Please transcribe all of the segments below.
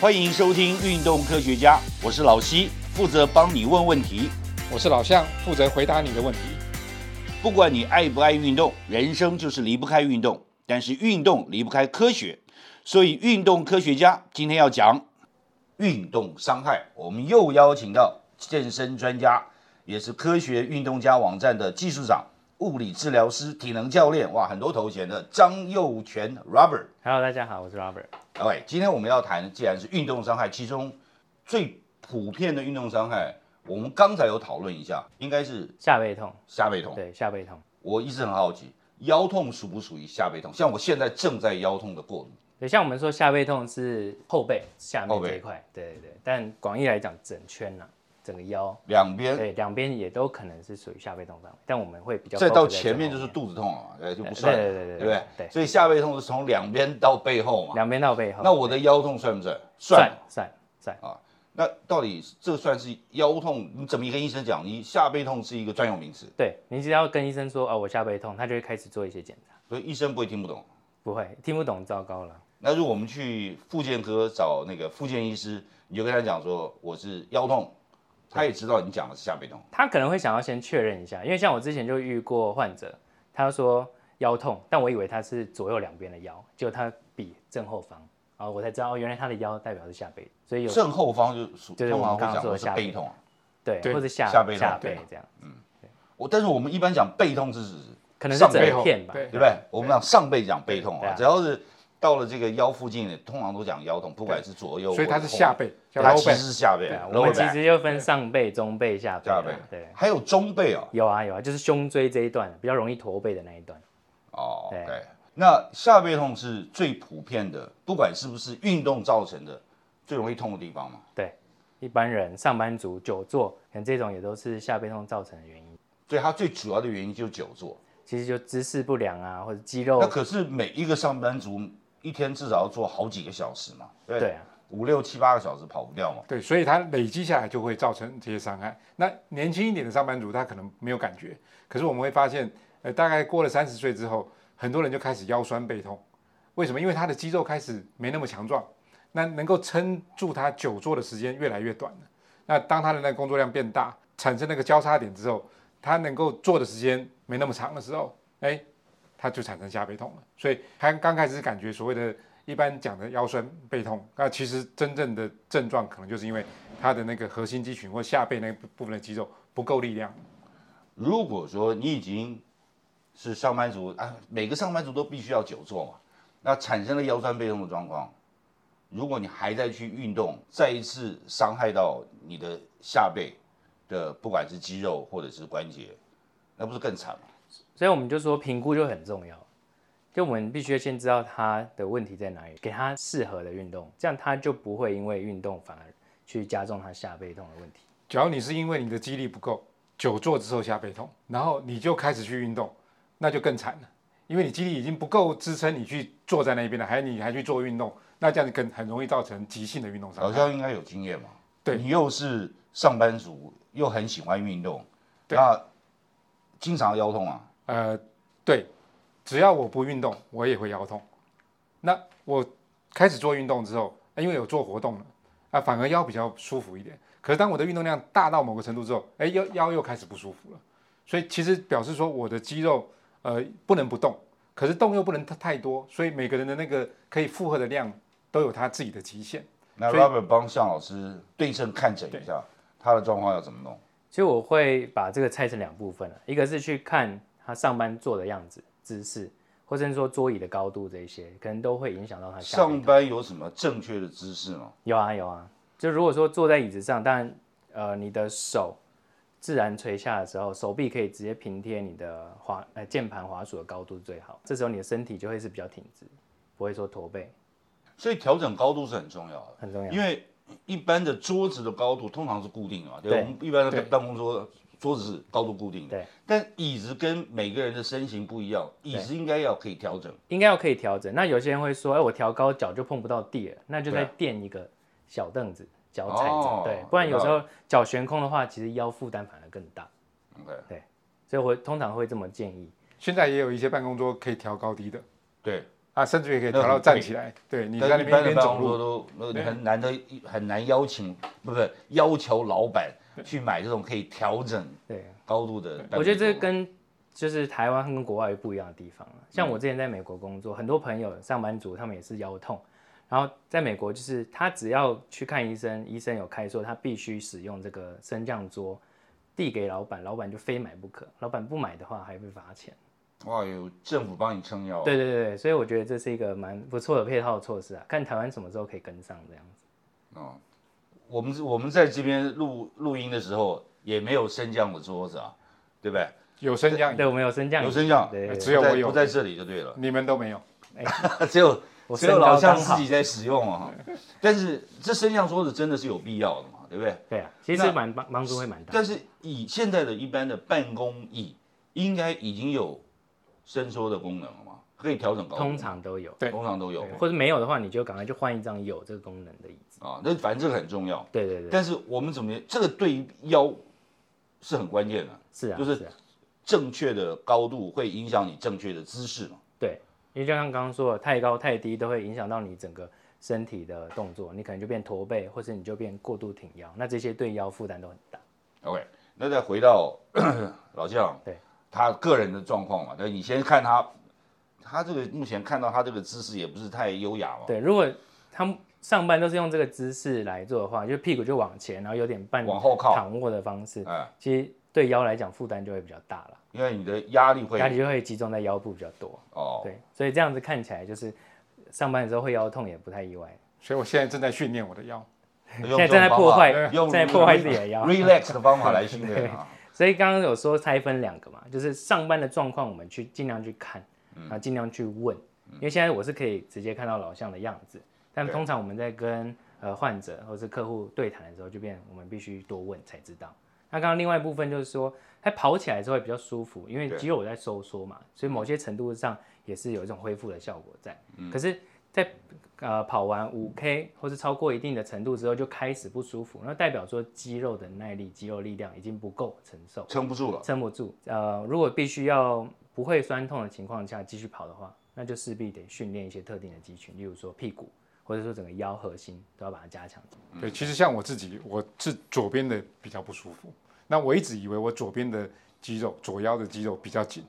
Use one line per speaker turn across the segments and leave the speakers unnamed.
欢迎收听《运动科学家》，我是老西，负责帮你问问题。
我是老向，负责回答你的问题。
不管你爱不爱运动，人生就是离不开运动，但是运动离不开科学，所以运动科学家今天要讲运动伤害。我们又邀请到健身专家，也是科学运动家网站的技术长、物理治疗师、体能教练，哇，很多头衔的张佑全 Robert。
Hello，大家好，我是 Robert。
OK，今天我们要谈，既然是运动伤害，其中最普遍的运动伤害，我们刚才有讨论一下，应该是
下背痛，
下背痛。
对，下背痛，
我一直很好奇，腰痛属不属于下背痛？像我现在正在腰痛的过程，
对，像我们说下背痛是后背下
后
面
背
这一块，对对对，但广义来讲，整圈呐、啊整个腰，
两边
对，两边也都可能是属于下背痛范围，但我们会比较
再
focus
到
在
前面
后
就是肚子痛了嘛，哎就不
对
算了，
对对对
对不对？
对
所以下背痛是从两边到背后嘛。
两边到背后。
那我的腰痛算不算？
算
算。
算算，
那到底这算是腰痛？你怎么跟医生讲？你下背痛是一个专有名词，
对你只要跟医生说啊、我下背痛，他就会开始做一些检查，
所以医生不会听不懂。
不会听不懂，糟糕了。
那如果我们去复健科找那个复健医师，你就跟他讲说我是腰痛，他也知道你讲的是下背痛。
他可能会想要先确认一下，因为像我之前就遇过患者，他说腰痛，但我以为他是左右两边的腰，结果他比正后方，然后我才知道哦，原来他的腰代表是下背，所以有
正后方就属
对
通常
我们
会
刚刚
讲
说的
是
下
背
背
痛啊。
对
对
或者下
下背痛
下
对
背这样，
我但是我们一般讲背痛是指
可能是
上
整
背
后
片吧，
对
对不对？我们讲上背讲背痛
对
啊，
啊
只要是到了这个腰附近的，通常都讲腰痛，不管是左右或
所
者后
以它
面，
是下背，叫
它
low
其
背
实。是下背
对啊，
啊，
我们
lower
其
back，
实就分上背、中背、下背
下
嘛，
背
对，
还有中背哦。
有啊有啊，就是胸椎这一段比较容易驼背的那一段，
哦
对
，OK，那下背痛是最普遍的，不管是不是运动造成的，最容易痛的地方嘛。
一般人、上班族、久坐，可能这种也都是下背痛造成的原因，
所以它最主要的原因就是久坐。
其实就姿势不良啊，或者肌肉
那可是每一个上班族一天至少要坐好几个小时嘛，对不
对啊。
五六七八个小时跑不掉嘛。
对，所以它累积下来就会造成这些伤害。那年轻一点的上班族他可能没有感觉，可是我们会发现，呃，大概过了三十岁之后，很多人就开始腰酸背痛。为什么？因为他的肌肉开始没那么强壮，那能够撑住他久坐的时间越来越短了。那当他的那个工作量变大，产生那个交叉点之后，他能够坐的时间没那么长的时候，哎，他就产生下背痛了。所以他刚开始感觉所谓的一般讲的腰酸背痛，那其实真正的症状可能就是因为他的那个核心肌群或下背那部分的肌肉不够力量。
如果说你已经是上班族啊，每个上班族都必须要久坐嘛，那产生了腰酸背痛的状况，如果你还在去运动，再一次伤害到你的下背的，不管是肌肉或者是关节，那不是更惨吗？
所以我们就说评估就很重要，就我们必须先知道他的问题在哪里，给他适合的运动，这样他就不会因为运动反而去加重他下背痛的问题。
只要你是因为你的肌力不够，久坐之后下背痛，然后你就开始去运动，那就更惨了，因为你肌力已经不够支撑你去坐在那边了，还你还去做运动，那这样子更很容易造成急性的运动伤
老
害。
肖应该有经验嘛？
对
你又是上班族，又很喜欢运动，
对
那经常腰痛啊。
呃，对，只要我不运动，我也会腰痛。那我开始做运动之后，呃因为有做活动了，啊，反而腰比较舒服一点。可是当我的运动量大到某个程度之后，哎，腰腰又开始不舒服了。所以其实表示说我的肌肉呃不能不动，可是动又不能太多，所以每个人的那个可以负荷的量都有他自己的极限。
那
所以
Robert 帮向老师对症看诊一下，他的状况要怎么弄？
其实我会把这个拆成两部分啊了，一个是去看他上班坐的样子、姿势，或者是说桌椅的高度这一些，可能都会影响到他下背
上
痛。
班有什么正确的姿势吗？
有啊有啊，就如果说坐在椅子上，当然呃你的手自然垂下的时候，手臂可以直接平贴你的滑呃键盘滑鼠的高度最好，这时候你的身体就会是比较挺直，不会说驼背，
所以调整高度是很重要的，
很重要。
因为一般的桌子的高度通常是固定的嘛，对吧，
对
我们一般的
对
办公桌桌子是高度固定的，
对，
但椅子跟每个人的身形不一样，椅子应该要可以调整。
应该要可以调整。那有些人会说，哎、我调高脚就碰不到地了，那就
对
再
啊
垫一个小凳子，脚踩着，
哦
对，不然有时
有
候脚悬空的话，其实腰负担反而更大。
OK，
所以我通常会这么建议。
现在也有一些办公桌可以调高低的，
嗯对，
啊，甚至也可以调到站起来。对，你
但
在那
一
边
般
一
的
边
办
走
公桌
路，
都那个
对
很难的，很难邀请，不是要求老板去买这种可以调整
对，
高度的办公桌。
我觉得这跟就是台湾跟国外不一样的地方了。啊像
嗯
我之前在美国工作，很多朋友上班族他们也是腰痛，然后在美国就是他只要去看医生，医生有开说他必须使用这个升降桌，递给老板，老板就非买不可，老板不买的话还会罚钱。
哇，有政府帮你撑腰。啊
对对对对，所以我觉得这是一个蛮不错的配套措施啊，看台湾什么时候可以跟上这样子。
我们我们在这边录录音的时候也没有升降的桌子啊，对不对？
有升降椅，
对，我们有升降椅，
有升降
对对
只
对，
有
不在
我有
不在这里就对了，
你们都没有。
只有
我
只
身
有
高
老向
刚
自
好
己在使用啊。 但是这升降桌子真的是有必要的嘛，对不对？
对啊，其实
那
蛮帮帮助会蛮大的。
但是以现在的一般的办公椅，应该已经有伸缩的功能了嘛，可以调整高度，
通常都有，
对
通常都有
或者没有的话，你就赶快去换一张有这个功能的椅子。
啊。那反正这个很重要，
对对对，
但是我们怎么这个对于腰是很关键的，
是啊，
就是
啊
正确的高度会影响你正确的姿势嘛。
对，因为就像刚刚说的，太高太低都会影响到你整个身体的动作，你可能就变驼背，或是你就变过度挺腰，那这些对腰负担都很大。
OK，那再回到 老将，
对
他个人的状况嘛，对，你先看他，他这个目前看到他这个姿势也不是太优雅嘛，
对，如果他们上班都是用这个姿势来做的话，就屁股就往前，然后有点半
往后靠
躺卧的方式，
哎，
其实对腰来讲负担就会比较大了，
因为你的压力会
压力就会集中在腰部比较多。
哦，
对，所以这样子看起来就是上班的时候会腰痛也不太意外。
所以我现在正在训练我的腰。
现
现在正在破坏，
用
正在破坏自己的腰。
relax 的方法来训 练啊。
所以刚刚有说拆分两个嘛，就是上班的状况，我们去尽量去看，
嗯
然啊后尽量去问，因为现在我是可以直接看到老向的样子，但
对
通常我们在跟呃患者或是客户对谈的时候，就变我们必须多问才知道。那刚刚另外一部分就是说，他跑起来之后会比较舒服，因为
对
肌肉有在收缩嘛，所以某些程度上也是有一种恢复的效果在。
嗯
可是，在呃跑完五 K 或是超过一定的程度之后，就开始不舒服，那代表说肌肉的耐力、肌肉力量已经不够承受。
撑不住了，
撑不住。呃，如果必须要不会酸痛的情况下继续跑的话，那就势必得训练一些特定的肌群，例如说屁股，或者说整个腰核心都要把它加强。
对，其实像我自己，我是左边的比较不舒服。那我一直以为我左边的肌肉，左腰的肌肉比较紧，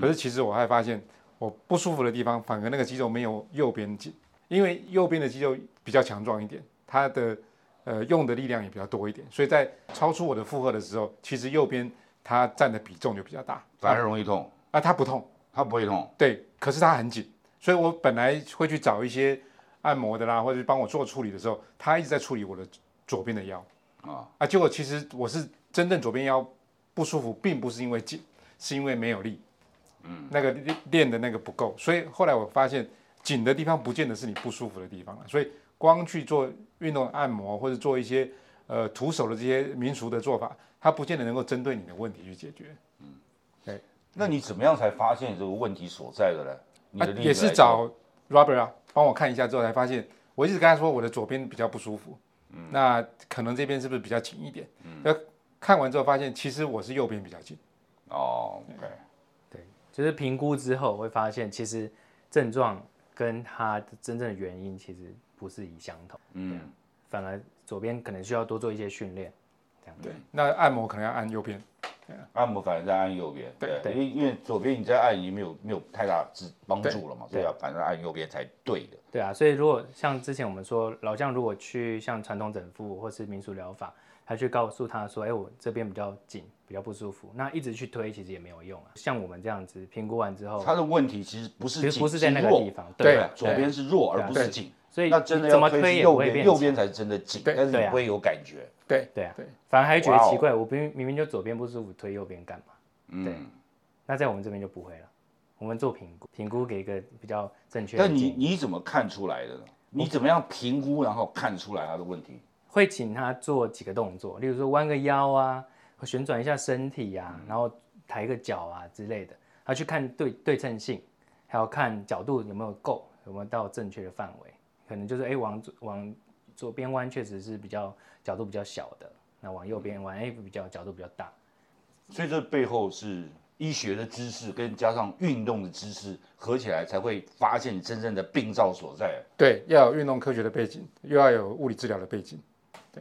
可是其实我还发现，我不舒服的地方反而那个肌肉没有右边紧，因为右边的肌肉比较强壮一点，它的呃用的力量也比较多一点，所以在超出我的负荷的时候，其实右边它占的比重就比较大。
反而容易痛，
啊，它不痛，
他不会痛。
对，可是它很紧，所以我本来会去找一些按摩的啦，或者是帮我做处理的时候，他一直在处理我的左边的腰
啊
啊，结果其实我是真正左边腰不舒服，并不是因为紧，是因为没有力，嗯，那个练练的那个不够，所以后来我发现紧的地方不见得是你不舒服的地方了，所以光去做运动按摩或者做一些呃徒手的这些民俗的做法，它不见得能够针对你的问题去解决。
那你怎么样才发现这个问题所在的呢？你
啊
的例子来、
也是找 Robert 啊，帮我看一下之后才发现，我一直跟他说我的左边比较不舒服，
嗯
那可能这边是不是比较紧一点？要、看完之后发现，其实我是右边比较紧，
哦，OK，
对，就是评估之后会发现，其实症状跟它的真正的原因其实不是一相同，啊
嗯，
反而左边可能需要多做一些训练。
嗯
对，那按摩可能要按右边，
按摩反而在按右边，
对
对
因为因为左边你在按已经没有没有太大支帮助了嘛，
对
对吧、啊反正按右边才对的，
对啊，所以如果像之前我们说，老将如果去像传统整复或是民俗疗法，他去告诉他说，哎，我这边比较紧，比较不舒服，那一直去推其实也没有用啊。像我们这样子评估完之后，
他的问题其实不是
哦其实
紧
不是在那个
弱
地方，
对
对
不对，左边是弱
对
而
啊
不是紧，
所以
那真的
怎
要
么
推
推
是
也不
右
会
边，
变
右
强
边才是真的紧，
对
但是
对
你
啊
不会有感觉，
对
对啊，
对
反而还觉
哇
得
哦
奇怪，我明明明就左边不舒服，推右边干嘛？对，
嗯
那在我们这边就不会了。我们做评估，评估给一个比较正确的
但
建
你
议，
你怎么看出来的呢？你怎么样评估，然后看出来他的问题？
会请他做几个动作，例如说弯个腰啊，旋转一下身体呀、然后抬个脚啊之类的，他去看对对称性，还要看角度有没有够，有没有到正确的范围。可能就是哎、往左往左边弯确实是比较角度比较小的，那往右边弯哎、比较角度比较大。
所以这背后是医学的知识跟加上运动的知识合起来，才会发现真正的病灶所在，啊
对，要有运动科学的背景，又要有物理治疗的背景。
对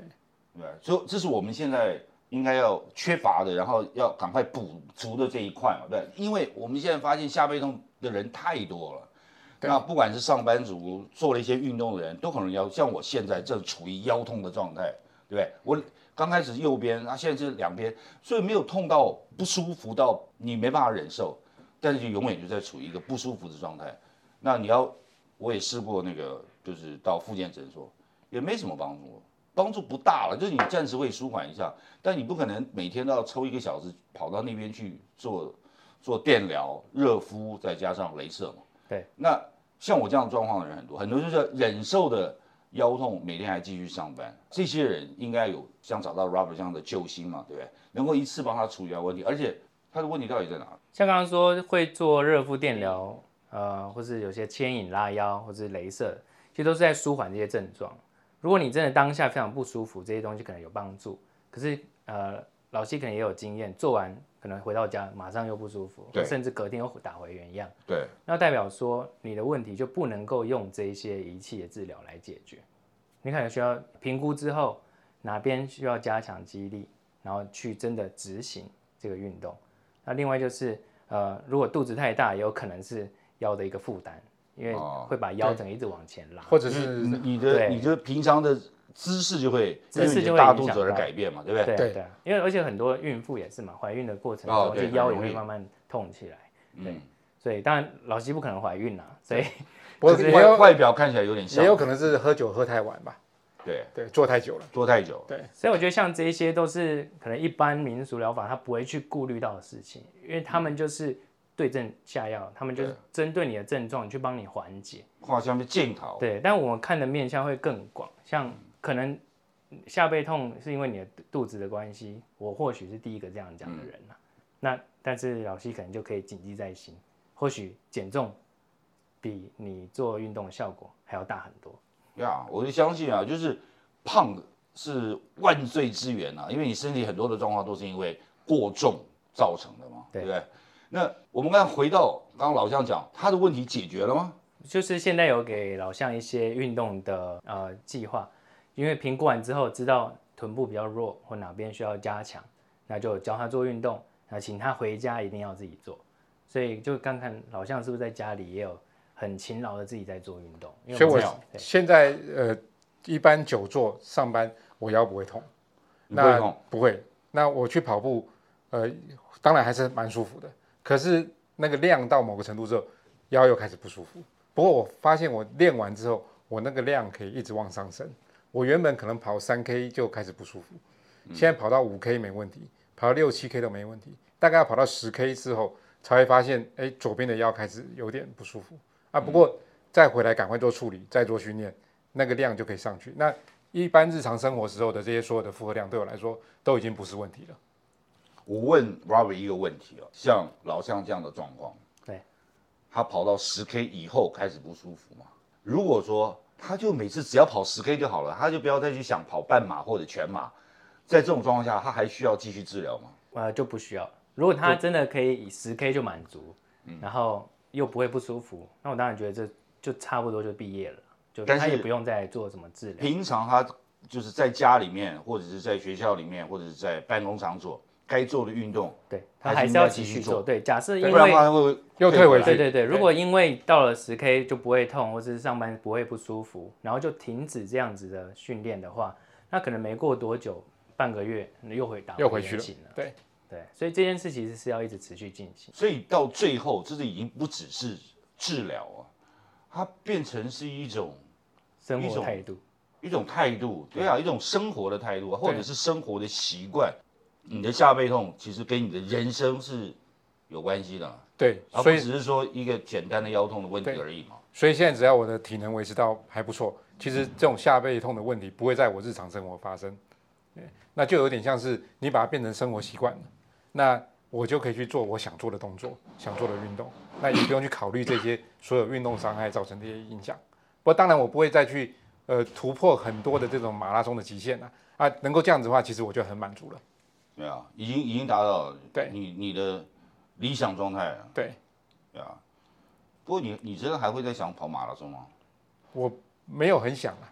吧？所以这是我们现在应该要缺乏的，然后要赶快补足的这一块嘛，对吧，因为我们现在发现下背痛的人太多了。
对
那不管是上班族做了一些运动的人，都很容易腰。像我现在正处于腰痛的状态，对不对？我刚开始右边，啊，现在是两边，所以没有痛到不舒服到你没办法忍受，但是就永远就在处于一个不舒服的状态。那你要，我也试过那个，就是到复健诊所，也没什么帮助，帮助不大了，就是你暂时会舒缓一下，但你不可能每天都要抽一个小时跑到那边去做做电疗、热敷，再加上镭射嘛。
对，
那像我这样的状况的人很多，很多就是忍受的腰痛，每天还继续上班。这些人应该有像找到 Robert 这样的救星嘛，对不对？能够一次帮他处理掉问题，而且他的问题到底在哪？
像刚刚说会做热敷电疗，呃，或是有些牵引拉腰，或是镭射，其实都是在舒缓这些症状。如果你真的当下非常不舒服，这些东西可能有帮助。可是呃，老师可能也有经验，做完可能回到家马上又不舒服，
对
甚至隔天又打回原样，
对，
那代表说你的问题就不能够用这一些仪器的治疗来解决。你可能需要评估之后哪边需要加强肌力，然后去真的执行这个运动。那另外就是呃，如果肚子太大，也有可能是腰的一个负担，因为
哦
会把腰整个一直往前拉。
或者
就是
是
你的
对
你的平常的姿势就会因
姿
为
势
你
就
的
会
大
影
肚
响
子而
到
改变嘛，对不对？
对
对
对啊，因为而且很多孕妇也是嘛，怀孕的过程
哦
中，
对
这腰
很
也
容
会
易
慢慢痛起来。
嗯，
所以当然老西不可能怀孕啦，所以
我
就是
也
外
有
外表看起来有点像
也，有可能是喝酒喝太晚吧，
对，
对，坐太久了。
坐太久，
所以我觉得像这一些都是可能一般民俗疗法他不会去顾虑到的事情，因为他们就是对症下药，他们就是
对
针对你的症状去帮你缓解。
画像被镜头，
对，但我们看的面向会更广，像可能下背痛是因为你的肚子的关系，我或许是第一个这样讲的人呐、那但是老西可能就可以谨记在心，或许减重比你做运动的效果还要大很多。
呀我就相信啊，就是胖是万罪之源啊，因为你身体很多的状况都是因为过重造成的嘛，对
对
不对？那我们刚才回到刚刚老将讲，他的问题解决了吗？
就是现在有给老向一些运动的呃计划，因为评估完之后知道臀部比较弱或哪边需要加强，那就教他做运动，那请他回家一定要自己做。所以就看看老向是不是在家里也有很勤劳的自己在做运动，因为
所以我
们对
现在呃，一般久坐上班，我腰不会痛，
你不会痛，
不会。那我去跑步，呃，当然还是蛮舒服的。可是那个量到某个程度之后，腰又开始不舒服。不过我发现我练完之后，我那个量可以一直往上升。我原本可能跑三 K 就开始不舒服，
嗯
现在跑到五 K 没问题，跑到六七 K 都没问题。大概要跑到十 K 之后，才会发现，哎，左边的腰开始有点不舒服啊。
嗯
不过再回来赶快做处理，再做训练，那个量就可以上去。那一般日常生活时候的这些所有的负荷量，对我来说都已经不是问题了。
我问 Robert 一个问题哦，像老向这样的状况，
对，
他跑到十 K 以后开始不舒服嘛？如果说他就每次只要跑十 K 就好了，他就不要再去想跑半马或者全马，在这种状况下，他还需要继续治疗吗？
呃就不需要。如果他真的可以以十 K 就满足，
嗯
然后又不会不舒服，那我当然觉得这就差不多就毕业了，就
但
他也
是
不用再做什么治疗。
平常他就是在家里面，或者是在学校里面，或者是在办公场所该做的运动，
对，他
还是
还是
应该
要
继
继
续
续
做
做。对，假设因
不然的
为
话他会
又退回去
对对对，如
对
果因为到了十 K 就不会痛，或者是上班不会不舒服，然后就停止这样子的训练的话，那可能没过多久，半个月又会
啊
打
又回去
原
了
形了。
对
对，所以这件事其实是要一直持续进行。
所以到最后，这是已经不只是治疗啊，它变成是一种
生
一
活
种
态度，
一种态度，对啊，一种生活的态度啊，或者是生活的习惯。你的下背痛其实跟你的人生是有关系的，
对，
而不
所以
只是说一个简单的腰痛的问题
对
而已嘛。
所以现在只要我的体能维持到还不错，其实这种下背痛的问题不会在我日常生活发生，对那就有点像是你把它变成生活习惯了，那我就可以去做我想做的动作、想做的运动，那也不用去考虑这些所有运动伤害造成的一些影响。不过当然我不会再去呃突破很多的这种马拉松的极限了啊，能够这样子的话，其实我就很满足了。
对啊，已经已经达到了
对
你你的理想状态啊，
对
对啊。不过你你真的还会再想跑马拉松吗？
我没有很想啊，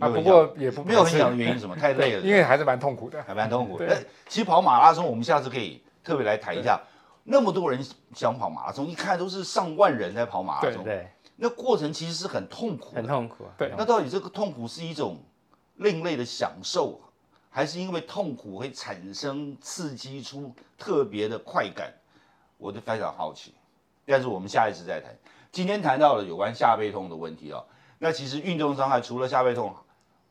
啊，
没有
不
很想
过也不
没有很
排斥
想的原因是什么？太累了，
因为还是蛮痛苦的。
还蛮痛苦的。
对
哎其实跑马拉松，我们下次可以特别来谈一下。那么多人想跑马拉松，一看都是上万人在跑马拉松，
对，
那过程其实是很痛苦
很
的。
痛苦啊。
对
很
那
痛苦
到底这个痛苦是一种另类的享受，还是因为痛苦会产生刺激出特别的快感？我就非常好奇。但是我们下一次再谈。今天谈到了有关下背痛的问题啊、那其实运动伤害除了下背痛，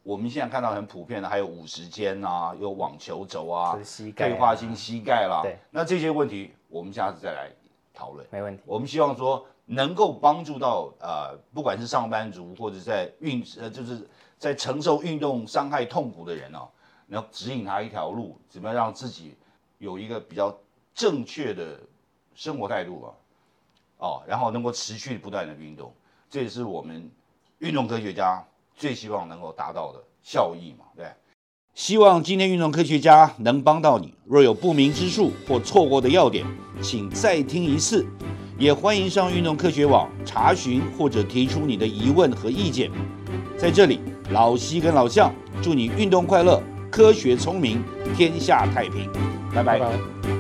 我们现在看到很普遍的还有五十肩啊，有网球肘啊
这，是膝盖啊
退化性膝盖啦、
对
那这些问题我们下次再来讨论。
没问题。
我们希望说能够帮助到呃，不管是上班族或者在运呃，就是在承受运动伤害痛苦的人哦，然后指引他一条路，怎么样让自己有一个比较正确的生活态度啊，哦，然后能够持续不断的运动，这也是我们运动科学家最希望能够达到的效益嘛，对。希望今天运动科学家能帮到你。若有不明之处或错过的要点，请再听一次。也欢迎上运动科学网查询或者提出你的疑问和意见。在这里，老西跟老向祝你运动快乐，科学聪明，天下太平。拜拜
拜拜